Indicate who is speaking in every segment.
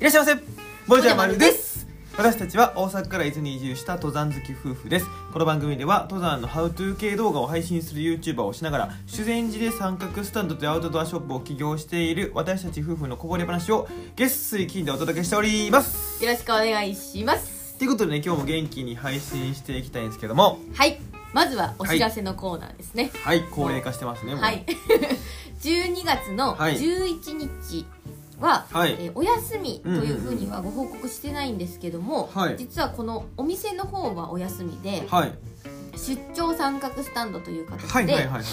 Speaker 1: いらっしゃいませボジャマルです私たちは大阪から伊豆に移住した登山好き夫婦ですこの番組では登山のハウトゥー系動画を配信する YouTuber をしながら修善寺で三角スタンドというアウトドアショップを起業している私たち夫婦のこぼれ話を月水金でお届けしております
Speaker 2: よろしくお願いします
Speaker 1: ということでね今日も元気に配信していきたいんですけども
Speaker 2: はいまずはお知らせのコーナーですね
Speaker 1: はい高齢化してますねもう
Speaker 2: はい 12月の
Speaker 1: はい
Speaker 2: 11日は、
Speaker 1: はい
Speaker 2: えーお休みというふうにはご報告してないんですけども、
Speaker 1: はい
Speaker 2: 実はこのお店の方はお休みで
Speaker 1: はい
Speaker 2: 出張三角スタンドという形で、
Speaker 1: はいはいはいはい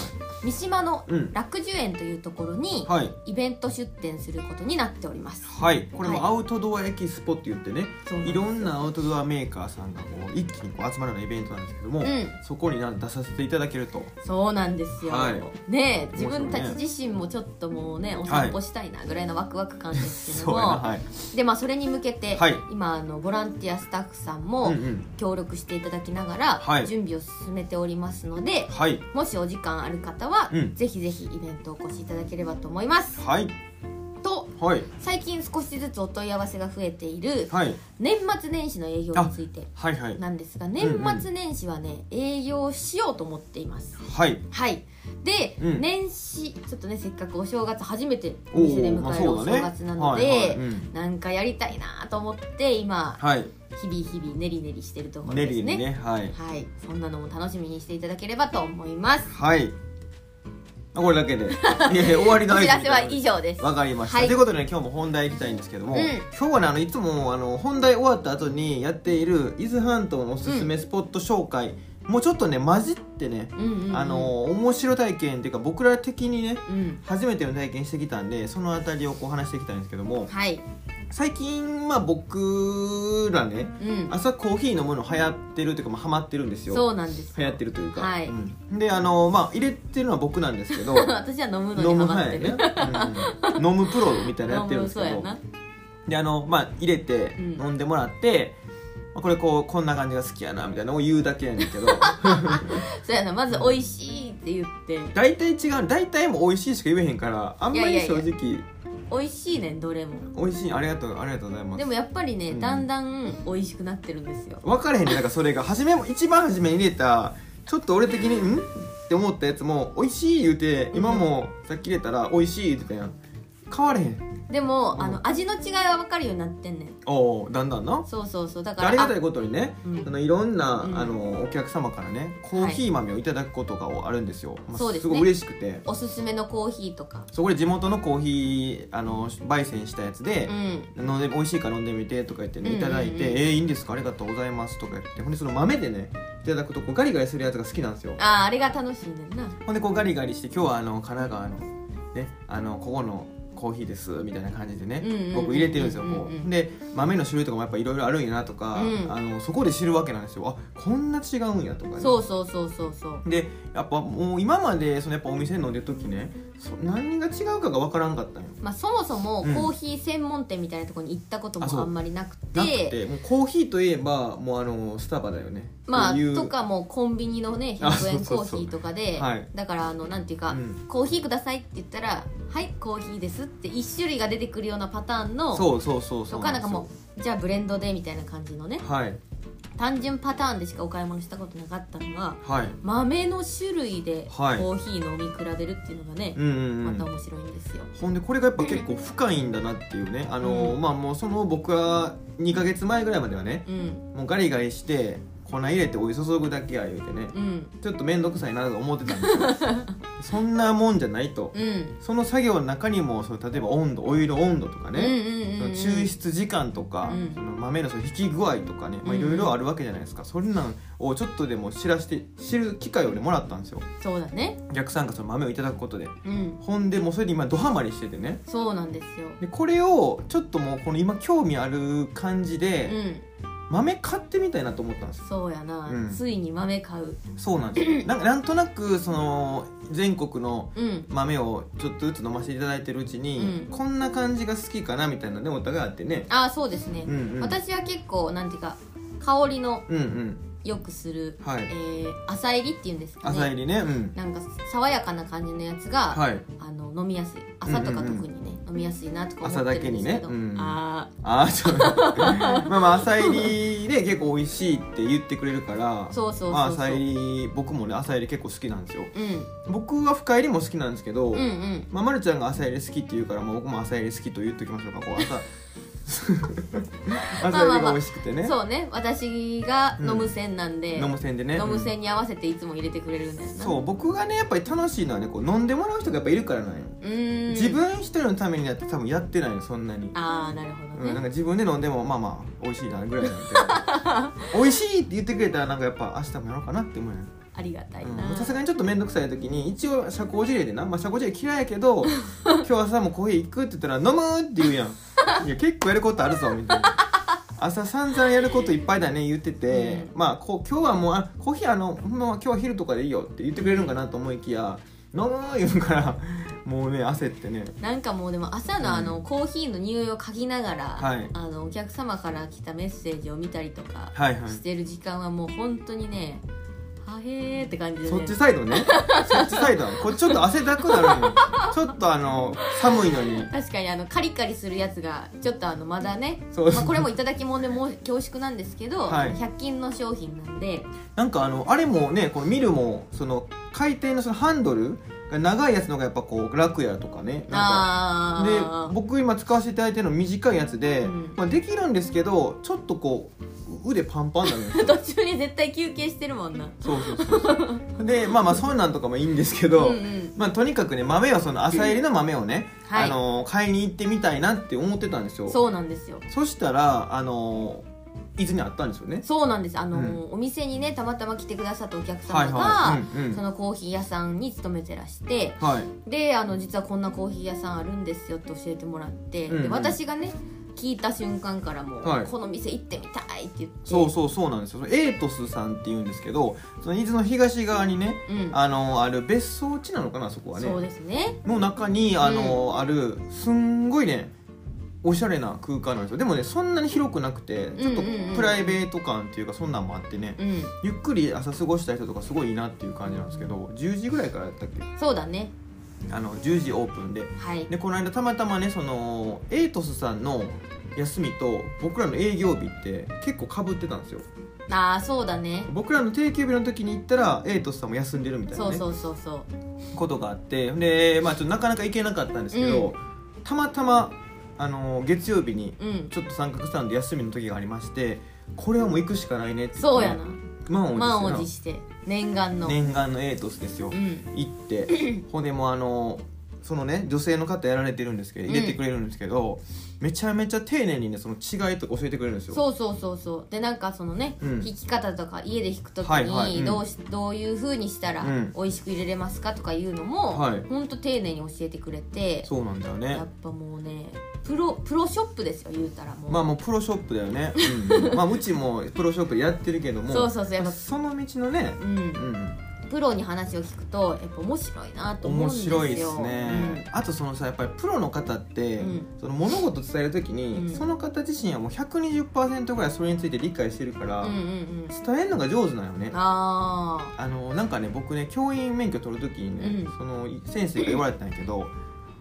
Speaker 2: 三島の
Speaker 1: うん
Speaker 2: 楽寿園というところに
Speaker 1: はい
Speaker 2: イベント出店することになっております
Speaker 1: はい、これも
Speaker 2: は
Speaker 1: アウトドアエキスポって言ってね、
Speaker 2: そうな
Speaker 1: い、
Speaker 2: んですよ
Speaker 1: ろんなアウトドアメーカーさんがこう一気にこう集まるようなイベントなんですけども、
Speaker 2: うん
Speaker 1: そこにな出させていただけると
Speaker 2: そうなんですよ、
Speaker 1: はい
Speaker 2: ね
Speaker 1: 面
Speaker 2: え自
Speaker 1: 白いね
Speaker 2: 分たち自身もちょっともうねお散歩したいなぐらいのワクワク感ですけど
Speaker 1: そう
Speaker 2: も、
Speaker 1: やなはい、
Speaker 2: でまあそれに向けて、
Speaker 1: はい
Speaker 2: 今あのボランティアスタッフさん
Speaker 1: うんう
Speaker 2: も
Speaker 1: ん、
Speaker 2: 協力していただきながら、
Speaker 1: はい
Speaker 2: 準備を進めておりますので
Speaker 1: はい
Speaker 2: もしお時間ある方は、
Speaker 1: うん
Speaker 2: ぜひぜひイベントをお越しいただければと思います
Speaker 1: はい
Speaker 2: と
Speaker 1: はい
Speaker 2: 最近少しずつお問い合わせが増えている
Speaker 1: はい
Speaker 2: 年末年始の営業について
Speaker 1: はいはい
Speaker 2: なんですが年
Speaker 1: ん
Speaker 2: 末年始はね、営業しようと思っています
Speaker 1: はい
Speaker 2: はいで、
Speaker 1: うん
Speaker 2: 年始ちょっとねせっかくお正月初めてお店で迎える
Speaker 1: おーまあ
Speaker 2: お
Speaker 1: そうだね
Speaker 2: 正月なの
Speaker 1: はいはい
Speaker 2: で
Speaker 1: うん
Speaker 2: なんかやりたいなと思って今
Speaker 1: はい
Speaker 2: 日々日々練り練りしてるところ
Speaker 1: 練
Speaker 2: です
Speaker 1: り
Speaker 2: ね
Speaker 1: にねはい
Speaker 2: はいそんなのも楽しみにしていただければと思います
Speaker 1: はいあこれだけでいやい や終わりの
Speaker 2: お
Speaker 1: 合図
Speaker 2: 知
Speaker 1: みた
Speaker 2: ら
Speaker 1: いな
Speaker 2: せは以上です
Speaker 1: わかりました、
Speaker 2: はい
Speaker 1: ということでね今日も本題いきたいんですけども、
Speaker 2: うん
Speaker 1: 今日はねあのいつもあの本題終わった後にやっている伊豆半島のおすすめスポット紹介、もうちょっとね混じってね、
Speaker 2: うんうんうん
Speaker 1: あの面白体験っていうか僕ら的にね
Speaker 2: うん
Speaker 1: 初めての体験してきたんでその辺りをこう話していきたいんですけども
Speaker 2: はい
Speaker 1: 最近まあ僕らね
Speaker 2: うん
Speaker 1: 朝コーヒー飲むの流行ってるというかまあハマってるんですよ
Speaker 2: そうなんです
Speaker 1: 流行ってるというか、
Speaker 2: はい
Speaker 1: うんであのまあ入れてるのは僕なんですけ ど
Speaker 2: 私は飲むのに
Speaker 1: 飲む
Speaker 2: ハマって
Speaker 1: 前ね
Speaker 2: る、
Speaker 1: うん飲むプロみたいなのや
Speaker 2: 飲
Speaker 1: ってるんで
Speaker 2: む
Speaker 1: す
Speaker 2: そう
Speaker 1: け
Speaker 2: や
Speaker 1: ど
Speaker 2: な
Speaker 1: であのまあ入れて
Speaker 2: うん
Speaker 1: 飲んでもらって、まあこれこうこんな感じが好きやなみたいなのを言うだけやねんけ ど
Speaker 2: そうやなまず美味しいって言って
Speaker 1: 大体違う大体もう美味しいしか言えへんからあんま
Speaker 2: い
Speaker 1: り
Speaker 2: やいや
Speaker 1: 正
Speaker 2: いや
Speaker 1: 直
Speaker 2: 美味しいねんどれも
Speaker 1: 美味しいありがとうありがとうございます
Speaker 2: でもやっぱりね、
Speaker 1: うん
Speaker 2: だんだん美味しくなってるんですよ
Speaker 1: 分からへんねなんかそれが初めも一番初めに入れたちょっと俺的に「ん?」って思ったやつも「美味しい」言うて今もさっき入れたら「美味しい」って言ってたやん変われへん
Speaker 2: でも、
Speaker 1: うん
Speaker 2: あの味の違いは分かるようになってんねん
Speaker 1: おおだんだんな
Speaker 2: そうそうそうだか
Speaker 1: あり
Speaker 2: ら
Speaker 1: がたいことにね、
Speaker 2: うん
Speaker 1: そのいろんな、
Speaker 2: うん
Speaker 1: あのお客様からねコーヒー豆をいただくことがあるんですよ、まあ
Speaker 2: そうで
Speaker 1: す
Speaker 2: すね
Speaker 1: ごい嬉しくて
Speaker 2: おすすめのコーヒーとか
Speaker 1: そこで地元のコーヒーあの焙煎したやつで
Speaker 2: う、ん
Speaker 1: 飲んで美味しいから飲んでみてとか言ってね
Speaker 2: うん
Speaker 1: いただいて「
Speaker 2: うんうん
Speaker 1: えーいいんですかありがとうございます」とか言ってほんでその豆でねいただくとこうガリガリするやつが好きなんですよ
Speaker 2: あああれが楽しいねんな
Speaker 1: ほんでこうガリガリして「今日はあの神奈川のねあのここのコーヒーです」みたいな感じでね
Speaker 2: うんうんうんうん
Speaker 1: 僕入れてるんですよこ
Speaker 2: うんうんう
Speaker 1: うんで豆の種類とかもやっぱいろいろあるんやなとか、
Speaker 2: うん
Speaker 1: あのそこで知るわけなんですよあこんな違うんやとかね
Speaker 2: そうそうそうそうそう
Speaker 1: でやっぱもう今までそのやっぱお店に飲んでる時ねそ何が違うかが分からんかったんよ
Speaker 2: まあそもそも
Speaker 1: うん
Speaker 2: コーヒー専門店みたいなところに行ったこと
Speaker 1: あそう
Speaker 2: もあんまりなくて,、
Speaker 1: なくてもうコーヒーといえばもうあのスタバだよね
Speaker 2: まあ
Speaker 1: っていう
Speaker 2: とかもうコンビニのね
Speaker 1: あそう
Speaker 2: 100円
Speaker 1: そ
Speaker 2: コ
Speaker 1: うそう
Speaker 2: ーヒーとかで
Speaker 1: はい
Speaker 2: だからあのなんていうか、
Speaker 1: うん
Speaker 2: コーヒーくださいって言ったら「はいコーヒーです」って1種類が出てくるようなパターンの
Speaker 1: そうそうそうそ
Speaker 2: と
Speaker 1: う
Speaker 2: か
Speaker 1: で
Speaker 2: なん
Speaker 1: す
Speaker 2: か
Speaker 1: よ
Speaker 2: もうじゃあブレンドでみたいな感じのね
Speaker 1: はい
Speaker 2: 単純パターンでしかお買い物したことなかったのが
Speaker 1: はい
Speaker 2: 豆の種類でコ
Speaker 1: はい
Speaker 2: ーヒー飲み比べるっていうのがね、
Speaker 1: うんうん、うん
Speaker 2: また面白いんですよ
Speaker 1: ほんでこれがやっぱ結構深いんだなっていうねあの、
Speaker 2: うん
Speaker 1: まあもうその僕は2ヶ月前ぐらいまではね
Speaker 2: うん
Speaker 1: もうガリガリして粉入れてお湯注ぐだけや言うてね
Speaker 2: うん
Speaker 1: ちょっと面倒くさいなと思ってたんです よそんなもんじゃないと
Speaker 2: うん
Speaker 1: その作業の中にもその例えば温度お湯の温度とか
Speaker 2: うん
Speaker 1: ね、
Speaker 2: うんうんうん
Speaker 1: その抽出時間とか、
Speaker 2: うん
Speaker 1: その豆のその引き具合とかね、まあ、
Speaker 2: う
Speaker 1: い
Speaker 2: ん
Speaker 1: ろいろあるわけじゃないですか、そんなんをちょっとでも知らして知る機会をねもらったんですよ
Speaker 2: そうだね
Speaker 1: お客さんがその豆をいただくことで
Speaker 2: うん
Speaker 1: ほんでもうそれで今ドハマりしててね
Speaker 2: そうなんですよ
Speaker 1: でこれをちょっともうこの今興味ある感じ
Speaker 2: う
Speaker 1: で
Speaker 2: ん
Speaker 1: 豆買ってみたいなと思ったんですよ
Speaker 2: そうやな、
Speaker 1: うん
Speaker 2: ついに豆買う
Speaker 1: そうなんです よなんかなんとなくその全国の
Speaker 2: うん
Speaker 1: 豆をちょっとずつ飲ませていただいてるうちに、
Speaker 2: うん
Speaker 1: こんな感じが好きかなみたいなねお互いあってね、
Speaker 2: ああそうですね、
Speaker 1: うんうん、
Speaker 2: 私は結構なんていうか香りの
Speaker 1: うんうん
Speaker 2: よくする、
Speaker 1: はい
Speaker 2: えー、朝入りっていうんですか
Speaker 1: 朝入
Speaker 2: ね
Speaker 1: りねうん
Speaker 2: なんか爽やかな感じのやつが、
Speaker 1: はい
Speaker 2: あの飲みやすい朝とか特にね、飲みやすいなとか思ってるんですけど、
Speaker 1: 朝だけにねうん
Speaker 2: あ
Speaker 1: ああ そうまあまあ朝入りね結構美味しいって言ってくれるから
Speaker 2: あそうそうそうそう、
Speaker 1: まあ朝入り僕もね朝入り結構好きなんですよ
Speaker 2: うん
Speaker 1: 僕は深入りも好きなんですけど、
Speaker 2: うんうん
Speaker 1: まあ、まるちゃんが朝入り好きって言うから、まあ、僕も朝入り好きと言っておきましょうかこう 朝朝入りが美味しくてね、
Speaker 2: そうね私が飲む線なんで、
Speaker 1: 飲む線でね
Speaker 2: 飲む線に合わせていつも入れてくれるんだよな
Speaker 1: そう僕がねやっぱり楽しいのはねこう飲んでもらう人がやっぱいるからなんよ、
Speaker 2: うーん
Speaker 1: 自分一人のためにやって多分やってないのそんなに、
Speaker 2: ああなるほ
Speaker 1: う
Speaker 2: ど
Speaker 1: ん、
Speaker 2: ね、
Speaker 1: なんか自分で飲んでもまあまあ美味しいなぐらい なんで美味しいって言ってくれたらなんかやっぱ明日もやろうかなって思うよね
Speaker 2: ありがたい
Speaker 1: うん
Speaker 2: な
Speaker 1: さすがにちょっと面倒くさい時に一応社交辞令でな、まあ、社交辞令嫌いやけ ど今日朝もコーヒー行くって言ったら「飲む!」って言うやんいや結構やることあるぞみたいな朝散々やることいっぱいだね言ってて、まあこ今日はもうあコーヒーあのほんまは今日は昼とかでいいよって言ってくれるんかなと思いきや「飲む!」言うからもうね焦ってね
Speaker 2: なんかもうでも朝のあのコーヒーの匂いを嗅ぎながら、
Speaker 1: はい
Speaker 2: あのお客様から来たメッセージを見たりとか
Speaker 1: はいはい
Speaker 2: してる時間はもう本当にねはへーって感じで、ね、
Speaker 1: そっちサイドねそっちサイドなのこれちょっと汗だくなるのよちょっとあの寒いのに
Speaker 2: 確かにあのカリカリするやつがちょっとあのまだね、
Speaker 1: そう
Speaker 2: まあ、これもいただきもんでもう恐縮なんですけど、
Speaker 1: はい
Speaker 2: 100均の商品なんで
Speaker 1: なんかあのあれもねこのミルもその回転のそのハンドルが長いやつのがやっぱこう楽やとかねなんか
Speaker 2: あ
Speaker 1: で
Speaker 2: あ
Speaker 1: 僕今使わせていただいてるの短いやつで、
Speaker 2: うん
Speaker 1: まあ、できるんですけどちょっとこう腕パンパンなん ですよ
Speaker 2: 途中に絶対休憩してるもんな
Speaker 1: そうそうそうそうでまあまあそんなんとかもいいんですけど、
Speaker 2: うんうん
Speaker 1: まあ、とにかくね豆をその朝入りの豆をね、
Speaker 2: はい
Speaker 1: あの買いに行ってみたいなって思ってたんですよ
Speaker 2: そうなんですよ
Speaker 1: そしたらあの伊豆にあったんですよね
Speaker 2: そうなんですあの、
Speaker 1: う
Speaker 2: お店にねたまたま来てくださったお客様が、
Speaker 1: いうんうん
Speaker 2: そのコーヒー屋さんに勤めてらして
Speaker 1: はい
Speaker 2: であの実はこんなコーヒー屋さんあるんですよって教えてもらって、
Speaker 1: うんう
Speaker 2: で
Speaker 1: ん
Speaker 2: 私がね聞いた瞬間からもう、
Speaker 1: はい
Speaker 2: この店行ってみたいって言って
Speaker 1: そうそうそうなんですよそのエイトスさんっていうんですけどその伊豆の東側にね
Speaker 2: うん、
Speaker 1: あのある別荘地なのかなそこは
Speaker 2: そう
Speaker 1: ね
Speaker 2: ですね
Speaker 1: の中にあの、あるすんごいねおしゃれな空間なんですよでもねそんなに広くなくてちょっと
Speaker 2: うんうんうん
Speaker 1: プライベート感っていうかそんなんもあってね
Speaker 2: うん
Speaker 1: ゆっくり朝過ごした人とかすごいいいなっていう感じなんですけど10時ぐらいからやったっけ
Speaker 2: そうだね
Speaker 1: あの10時オープンで
Speaker 2: はい
Speaker 1: でこの間たまたまねそのエイトスさんの休みと僕らの営業日って結構かぶってたんですよ
Speaker 2: ああそうだね
Speaker 1: 僕らの定休日の時に行ったらエイトスさんも休んでるみたいな、
Speaker 2: そう
Speaker 1: ね、
Speaker 2: そうそうそう
Speaker 1: ことがあってで、まあ、ちょっとなかなか行けなかったんですけど、
Speaker 2: う
Speaker 1: たまたまあの月曜日に
Speaker 2: うん
Speaker 1: ちょっと三角スタンド休みの時がありましてこれはもう行くしかないねって
Speaker 2: そうやな
Speaker 1: 満を持してな
Speaker 2: 満を持して念願の、
Speaker 1: 念願のエイトスですよ、
Speaker 2: うん
Speaker 1: 行っ て骨もあのそのね女性の方やられてるんですけど入れてくれるんですけど、めちゃめちゃ丁寧にねその違いとか教えてくれるんですよ
Speaker 2: そうそうそうそうでなんかそのね、
Speaker 1: うん
Speaker 2: 引き方とか家で引く時
Speaker 1: はいはいうん
Speaker 2: にどうし、どういう風にしたら
Speaker 1: うん
Speaker 2: 美味しく入れれますかとかいうのも、
Speaker 1: はい
Speaker 2: ほんと丁寧に教えてくれて
Speaker 1: そうなんだよね
Speaker 2: やっぱもうねプロプロショップですよ言うたらもう、
Speaker 1: まあもうプロショップだよね、うんまあうちもプロショップやってるけども
Speaker 2: そうそうそうやっぱ
Speaker 1: その道のね、
Speaker 2: うん
Speaker 1: う、ん、
Speaker 2: プロに話を聞くとやっぱ面白いなと思う
Speaker 1: 面
Speaker 2: んですよ
Speaker 1: 白いですね、あとそのさやっぱりプロの方って、
Speaker 2: うん
Speaker 1: その物事伝える時に、
Speaker 2: うん
Speaker 1: その方自身はもう120%ぐらいそれについて理解してるから、
Speaker 2: うん、うんうん
Speaker 1: 伝えるのが上手なんよね
Speaker 2: うんあ
Speaker 1: あのなんかね僕ね教員免許取る時にね、
Speaker 2: うん
Speaker 1: その先生が言われてたんやけど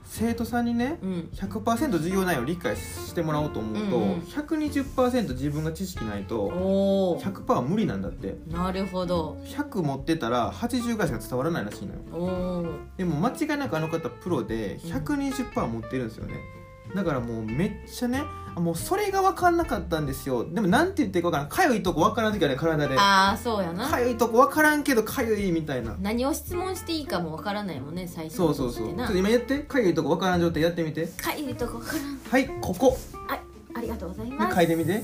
Speaker 1: 生徒さんにね
Speaker 2: ーうん
Speaker 1: 100%授業内容を理解してもらおうと思うと、
Speaker 2: うんうん
Speaker 1: 120%自分が知識ないと
Speaker 2: おお
Speaker 1: 100%は無理なんだって
Speaker 2: なるほど
Speaker 1: 100持ってたら80ぐらいしか伝わらないらしいのよ
Speaker 2: おお
Speaker 1: でも間違いなくあの方プロで120%持ってるんですよねだからもうめっちゃねあもうそれが分かんなかったんですよでもなんて言っていいか分からんかゆいとこ分からん時はね体でか
Speaker 2: ああそうやな
Speaker 1: ゆいとこ分からんけどかゆいみたいな
Speaker 2: 何を質問していいかもわからないもんね最初
Speaker 1: そうそうそうちょ
Speaker 2: な
Speaker 1: っと今やってかゆいとこ分からん状態やってみて
Speaker 2: かゆいとこわからん
Speaker 1: はいここ
Speaker 2: あありがとうございます
Speaker 1: 嗅いでみて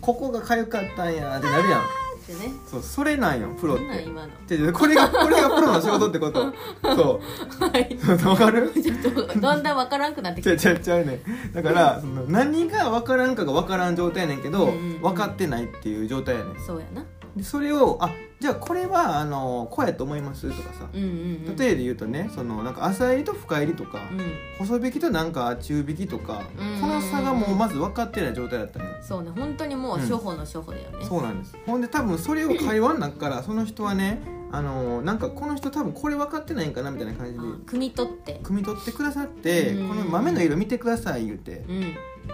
Speaker 1: ここがかゆかったんやってなるやん
Speaker 2: ってね
Speaker 1: そうそれなんよプロっ
Speaker 2: なんなん
Speaker 1: て
Speaker 2: 今の
Speaker 1: 違う違うこれがこれがプロの仕事ってことそう
Speaker 2: はい
Speaker 1: そう わかる
Speaker 2: ちょっとだんだんわからんくなってき
Speaker 1: ちゃ
Speaker 2: た
Speaker 1: うちゃうちゃうねだからその何が分からんかが分からん状態やねんけど、
Speaker 2: うんうんうん
Speaker 1: 分かってないっていう状態やねん
Speaker 2: そうやな
Speaker 1: でそれをあじゃあこれはあのこうやと思いますとかさ
Speaker 2: うんうんうん
Speaker 1: 例えで言うとねそのなんか浅入りと深入りとか、
Speaker 2: うん
Speaker 1: 細引きとなんか中引きとか、
Speaker 2: うん
Speaker 1: この差がもうまず分かってない状態だったのよ、
Speaker 2: そうね本当にもう
Speaker 1: うん
Speaker 2: 初歩の初歩だよね
Speaker 1: そうなんですほんで多分それを会話の中からその人はねあのーなんかこの人多分これ分かってないんかなみたいな感じで
Speaker 2: 汲み取って
Speaker 1: 汲み取ってくださって
Speaker 2: うん
Speaker 1: この豆の色見てください言うて
Speaker 2: うん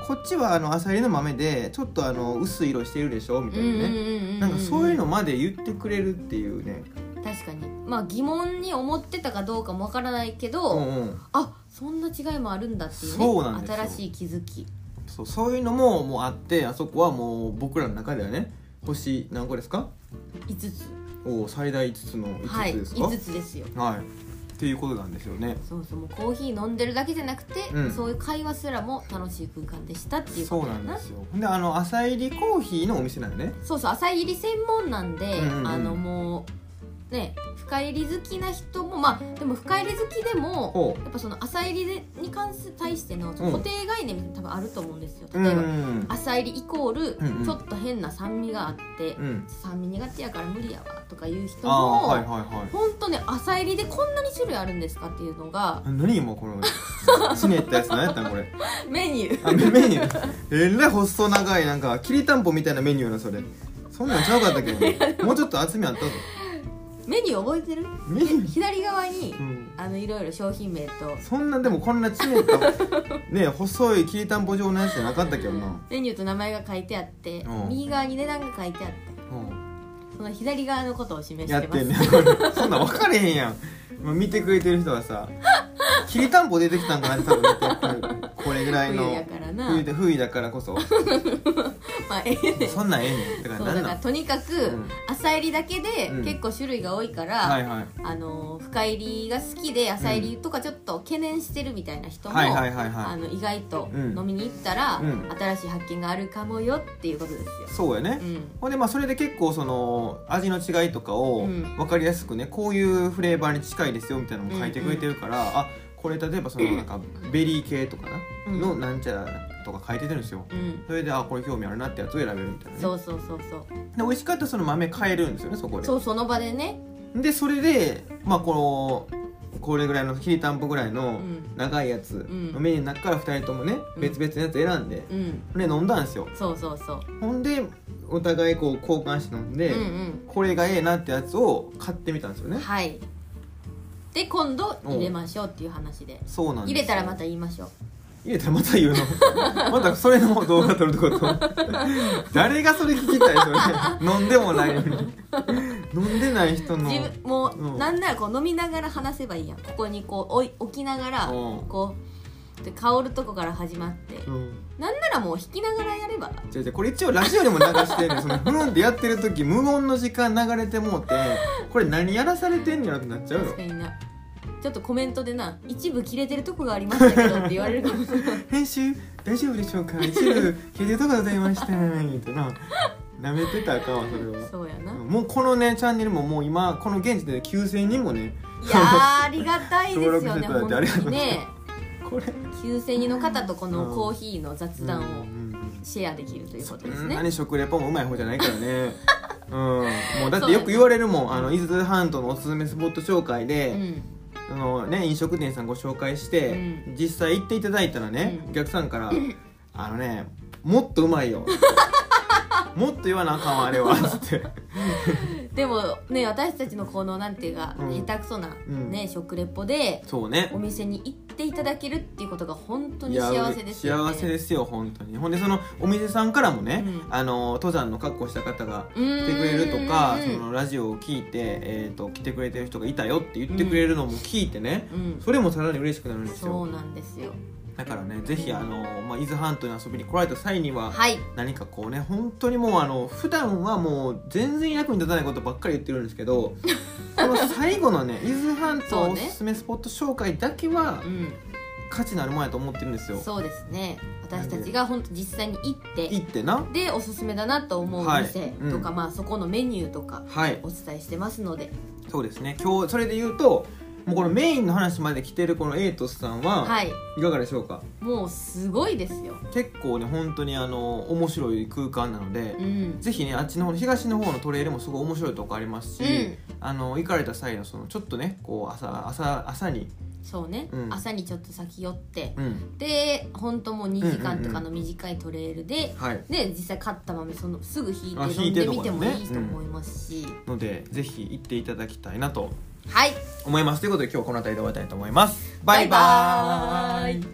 Speaker 1: こっちはあの浅入りの豆でちょっとあの薄い色してるでしょみた
Speaker 2: う
Speaker 1: い
Speaker 2: んうん
Speaker 1: なね
Speaker 2: うんうん
Speaker 1: なんかそういうのまで言ってくれるっていうね
Speaker 2: 確かにまあ疑問に思ってたかどうかもわからないけど、
Speaker 1: うんうん
Speaker 2: あそんな違いもあるんだっていう,、ね、
Speaker 1: そうなんですよ
Speaker 2: 新しい気づき
Speaker 1: そうそういうのももうあってあそこはもう僕らの中ではね星何個ですか
Speaker 2: 5つ
Speaker 1: おー最大5つの
Speaker 2: は
Speaker 1: 5
Speaker 2: い
Speaker 1: つですか、は
Speaker 2: 5
Speaker 1: い
Speaker 2: つですよ
Speaker 1: っていうことなんですよね
Speaker 2: そうそうもうコーヒー飲んでるだけじゃなくて、
Speaker 1: うん
Speaker 2: そういう会話すらも楽しい空間でしたっていう
Speaker 1: そうなんですよであの浅入りコーヒーのお店なのね
Speaker 2: そうそう浅入り専門なんで、
Speaker 1: うんうん
Speaker 2: あのもうね深入り好きな人もまあでも深入り好きでも
Speaker 1: ほ
Speaker 2: やっぱその浅入りに関す対しての固定概念みたいなの多分あると思うんですよ
Speaker 1: う
Speaker 2: 例えば、
Speaker 1: ん
Speaker 2: 浅入りイコ
Speaker 1: うん
Speaker 2: ー
Speaker 1: うん
Speaker 2: ルちょっと変な酸味があって、
Speaker 1: うん
Speaker 2: 酸味苦手やから無理やわとかいう人
Speaker 1: ああー
Speaker 2: も、
Speaker 1: はいはいはい
Speaker 2: ほんとね浅入りでこんなに種類あるんですかっていうのが
Speaker 1: 何今このひねったやつ何やったんこれ
Speaker 2: メニュー
Speaker 1: あメメニューえらい細長いなんかきりたんぽみたいなメニューなそれそんなんちゃうかったっけどもうちょっと厚みあったぞ
Speaker 2: メニュー覚えてる
Speaker 1: メニュー、
Speaker 2: 左側に
Speaker 1: うん
Speaker 2: あのいろいろ商品名と
Speaker 1: そんなでもこんなちねったね細いきりたんぽ状のやつじゃなかったけどな、
Speaker 2: メニューと名前が書いてあって、
Speaker 1: うん
Speaker 2: 右側に値段が書いてあって
Speaker 1: うん、
Speaker 2: その左側のことを示
Speaker 1: や
Speaker 2: し
Speaker 1: って
Speaker 2: ます
Speaker 1: てんねこれそんなん分かれへんやん、まあ、見てくれてる人はさきりたんぽ出てきたんかなって多分見てこれぐらい
Speaker 2: 冬
Speaker 1: の
Speaker 2: やからな、
Speaker 1: 冬で冬だからこそ
Speaker 2: まあ、ええね
Speaker 1: そんなんええねんだか
Speaker 2: そう
Speaker 1: らな
Speaker 2: だ
Speaker 1: ん
Speaker 2: か
Speaker 1: な
Speaker 2: ら
Speaker 1: ん
Speaker 2: とにかく、
Speaker 1: ん
Speaker 2: 浅入りだけで
Speaker 1: うん
Speaker 2: 結構種類が多いから、
Speaker 1: はいはい
Speaker 2: あの深入りが好きで浅入りとかちょっと懸念してるみたいな人も、
Speaker 1: はいはいはい
Speaker 2: あ
Speaker 1: は
Speaker 2: の意外と
Speaker 1: うん
Speaker 2: 飲みに行ったら、
Speaker 1: うん
Speaker 2: 新しい発見があるかもよっていうことですよ。
Speaker 1: いそうやね、
Speaker 2: うん
Speaker 1: ほんでまあそれで結構その味の違いとかを
Speaker 2: うん
Speaker 1: 分かりやすくね、こういうフレーバーに近いですよみたいなのも書いてくれてるから、あこれ例えば そのなんかベリー系とかな、
Speaker 2: うん
Speaker 1: のなんちゃらとか書いててるんですよ
Speaker 2: うん
Speaker 1: それであこれ興味あるなってやつを選べるみたいなね
Speaker 2: そうそうそうそう
Speaker 1: で美味しかったらその豆買えるんですよねそこで
Speaker 2: そうその場でね、
Speaker 1: でそれでまあこのこれぐらいのきりたんぽぐらいうの
Speaker 2: ん
Speaker 1: 長いやつ
Speaker 2: ん
Speaker 1: のメニューの中から2人ともね、
Speaker 2: うん
Speaker 1: 別々のやつ選んで、
Speaker 2: うん、
Speaker 1: で飲んだんですよ
Speaker 2: そうそうそう、
Speaker 1: ほんでお互いこう交換して飲んで、
Speaker 2: うん
Speaker 1: これがええなってやつを買ってみたんですよ
Speaker 2: う
Speaker 1: ね
Speaker 2: んはいで今度入れましょうっていう話で
Speaker 1: そうなんです
Speaker 2: 入れたらまた言いましょう
Speaker 1: 入れたらまた言うの またそれの動画撮るってこと誰がそれ聞きたいそれ飲んでもないのに飲んでない人の
Speaker 2: 自分もう、
Speaker 1: うん
Speaker 2: なんならこう飲みながら話せばいいやんここにこう置い置きながら
Speaker 1: うん
Speaker 2: こうで香るとこから始まって
Speaker 1: うん
Speaker 2: なんならもう弾きながらやれば
Speaker 1: 違う違うこれ一応ラジオでも流してんねんその無音でやってる時無音の時間流れてもうてこれ何やらされてんねやろってなっちゃうよ
Speaker 2: 確かになちょっとコメントでな一部切れてるとこがありましたけどって言われるかもしれない
Speaker 1: 編集大丈夫でしょうか一部聞いてとかございました言うてななめてたらあかんわ それは
Speaker 2: そうやな
Speaker 1: うんもうこのねチャンネルももう今この現時点で9000人もね
Speaker 2: いやーありがたいですよ
Speaker 1: 登録
Speaker 2: ね
Speaker 1: していただい
Speaker 2: 本
Speaker 1: て
Speaker 2: 当
Speaker 1: ありがとう
Speaker 2: に
Speaker 1: ございます
Speaker 2: ね
Speaker 1: これ
Speaker 2: 9000人の方とこ
Speaker 1: う
Speaker 2: の
Speaker 1: ん
Speaker 2: コーヒーの雑談
Speaker 1: う
Speaker 2: を
Speaker 1: ん
Speaker 2: シェアできるということです
Speaker 1: うん
Speaker 2: ね
Speaker 1: 何食レポもうまい方じゃないからね うんもうだってよ
Speaker 2: そうや
Speaker 1: く
Speaker 2: ね
Speaker 1: 言われるもんあの伊豆半島のおすすめスポット紹介
Speaker 2: う
Speaker 1: で、
Speaker 2: ん
Speaker 1: あのね、飲食店さんご紹介して、実際行っていただいたらね、
Speaker 2: うん
Speaker 1: お客さん から「あのねもっとうまいよ」もっと言わなあかんわあれは」つって
Speaker 2: でもね私たちのこのなんていうか
Speaker 1: うん
Speaker 2: 下手くそな
Speaker 1: うん
Speaker 2: ね食レポで
Speaker 1: そうね
Speaker 2: お店に行っていただけるっていうことが本当
Speaker 1: い
Speaker 2: に
Speaker 1: や
Speaker 2: 幸せですよね
Speaker 1: 幸せですよ本当にほんでそのお店さんからもね、
Speaker 2: うん
Speaker 1: あの登山の格好した方が
Speaker 2: うーん
Speaker 1: 来てくれるとか
Speaker 2: うん
Speaker 1: そのラジオを聞いて、えー、と来てくれてる人がいたよって言ってくれるのも聞いてね、
Speaker 2: うん
Speaker 1: それもさらに嬉しくなるんです
Speaker 2: そ
Speaker 1: よ
Speaker 2: うなんですよ
Speaker 1: だからねぜひあの、まあ、伊豆半島に遊びに来られた際には、
Speaker 2: はい
Speaker 1: 何かこうね本当にもうあの普段はもう全然役に立たないことばっかり言ってるんですけ どこの最後のね伊豆半島
Speaker 2: そう
Speaker 1: お
Speaker 2: ね
Speaker 1: すすめスポット紹介だけは
Speaker 2: うん
Speaker 1: 価値のあるもんやと思ってるんですよ。
Speaker 2: そうですね私たちが本当実際に行って
Speaker 1: 行ってな
Speaker 2: でおすすめだなと思う
Speaker 1: はい
Speaker 2: 店とか、
Speaker 1: う
Speaker 2: まあそこのメニューとか
Speaker 1: はい
Speaker 2: お伝えしてますので、
Speaker 1: そうですね今日それで言うともうこのメインの話まで来てるこのエイトスさんは
Speaker 2: はい、
Speaker 1: いかがでしょうか、
Speaker 2: もうすごいですよ。
Speaker 1: 結構ね本当にあの面白い空間なので
Speaker 2: う、ん、
Speaker 1: ぜひねあっちの方の東の方のトレイルもすごい面白いとこありますし、
Speaker 2: うん
Speaker 1: あの行かれた際のそのちょっとねこう朝朝朝に
Speaker 2: そうね、
Speaker 1: うん
Speaker 2: 朝にちょっと先寄って
Speaker 1: うん
Speaker 2: で本当もう2時間とか
Speaker 1: うんうん
Speaker 2: の短いトレイルで、
Speaker 1: はい
Speaker 2: で実際買った豆そのすぐ引
Speaker 1: あ
Speaker 2: いて
Speaker 1: 引
Speaker 2: 飲
Speaker 1: い
Speaker 2: ん
Speaker 1: て
Speaker 2: で
Speaker 1: と
Speaker 2: み
Speaker 1: かね
Speaker 2: てもいいと思いますし、
Speaker 1: のでぜひ行っていただきたいなと
Speaker 2: はい
Speaker 1: 思いますということで今日はこの辺りで終わりたいと思いますバイバ
Speaker 2: バイバ
Speaker 1: ー
Speaker 2: ー
Speaker 1: イ
Speaker 2: イ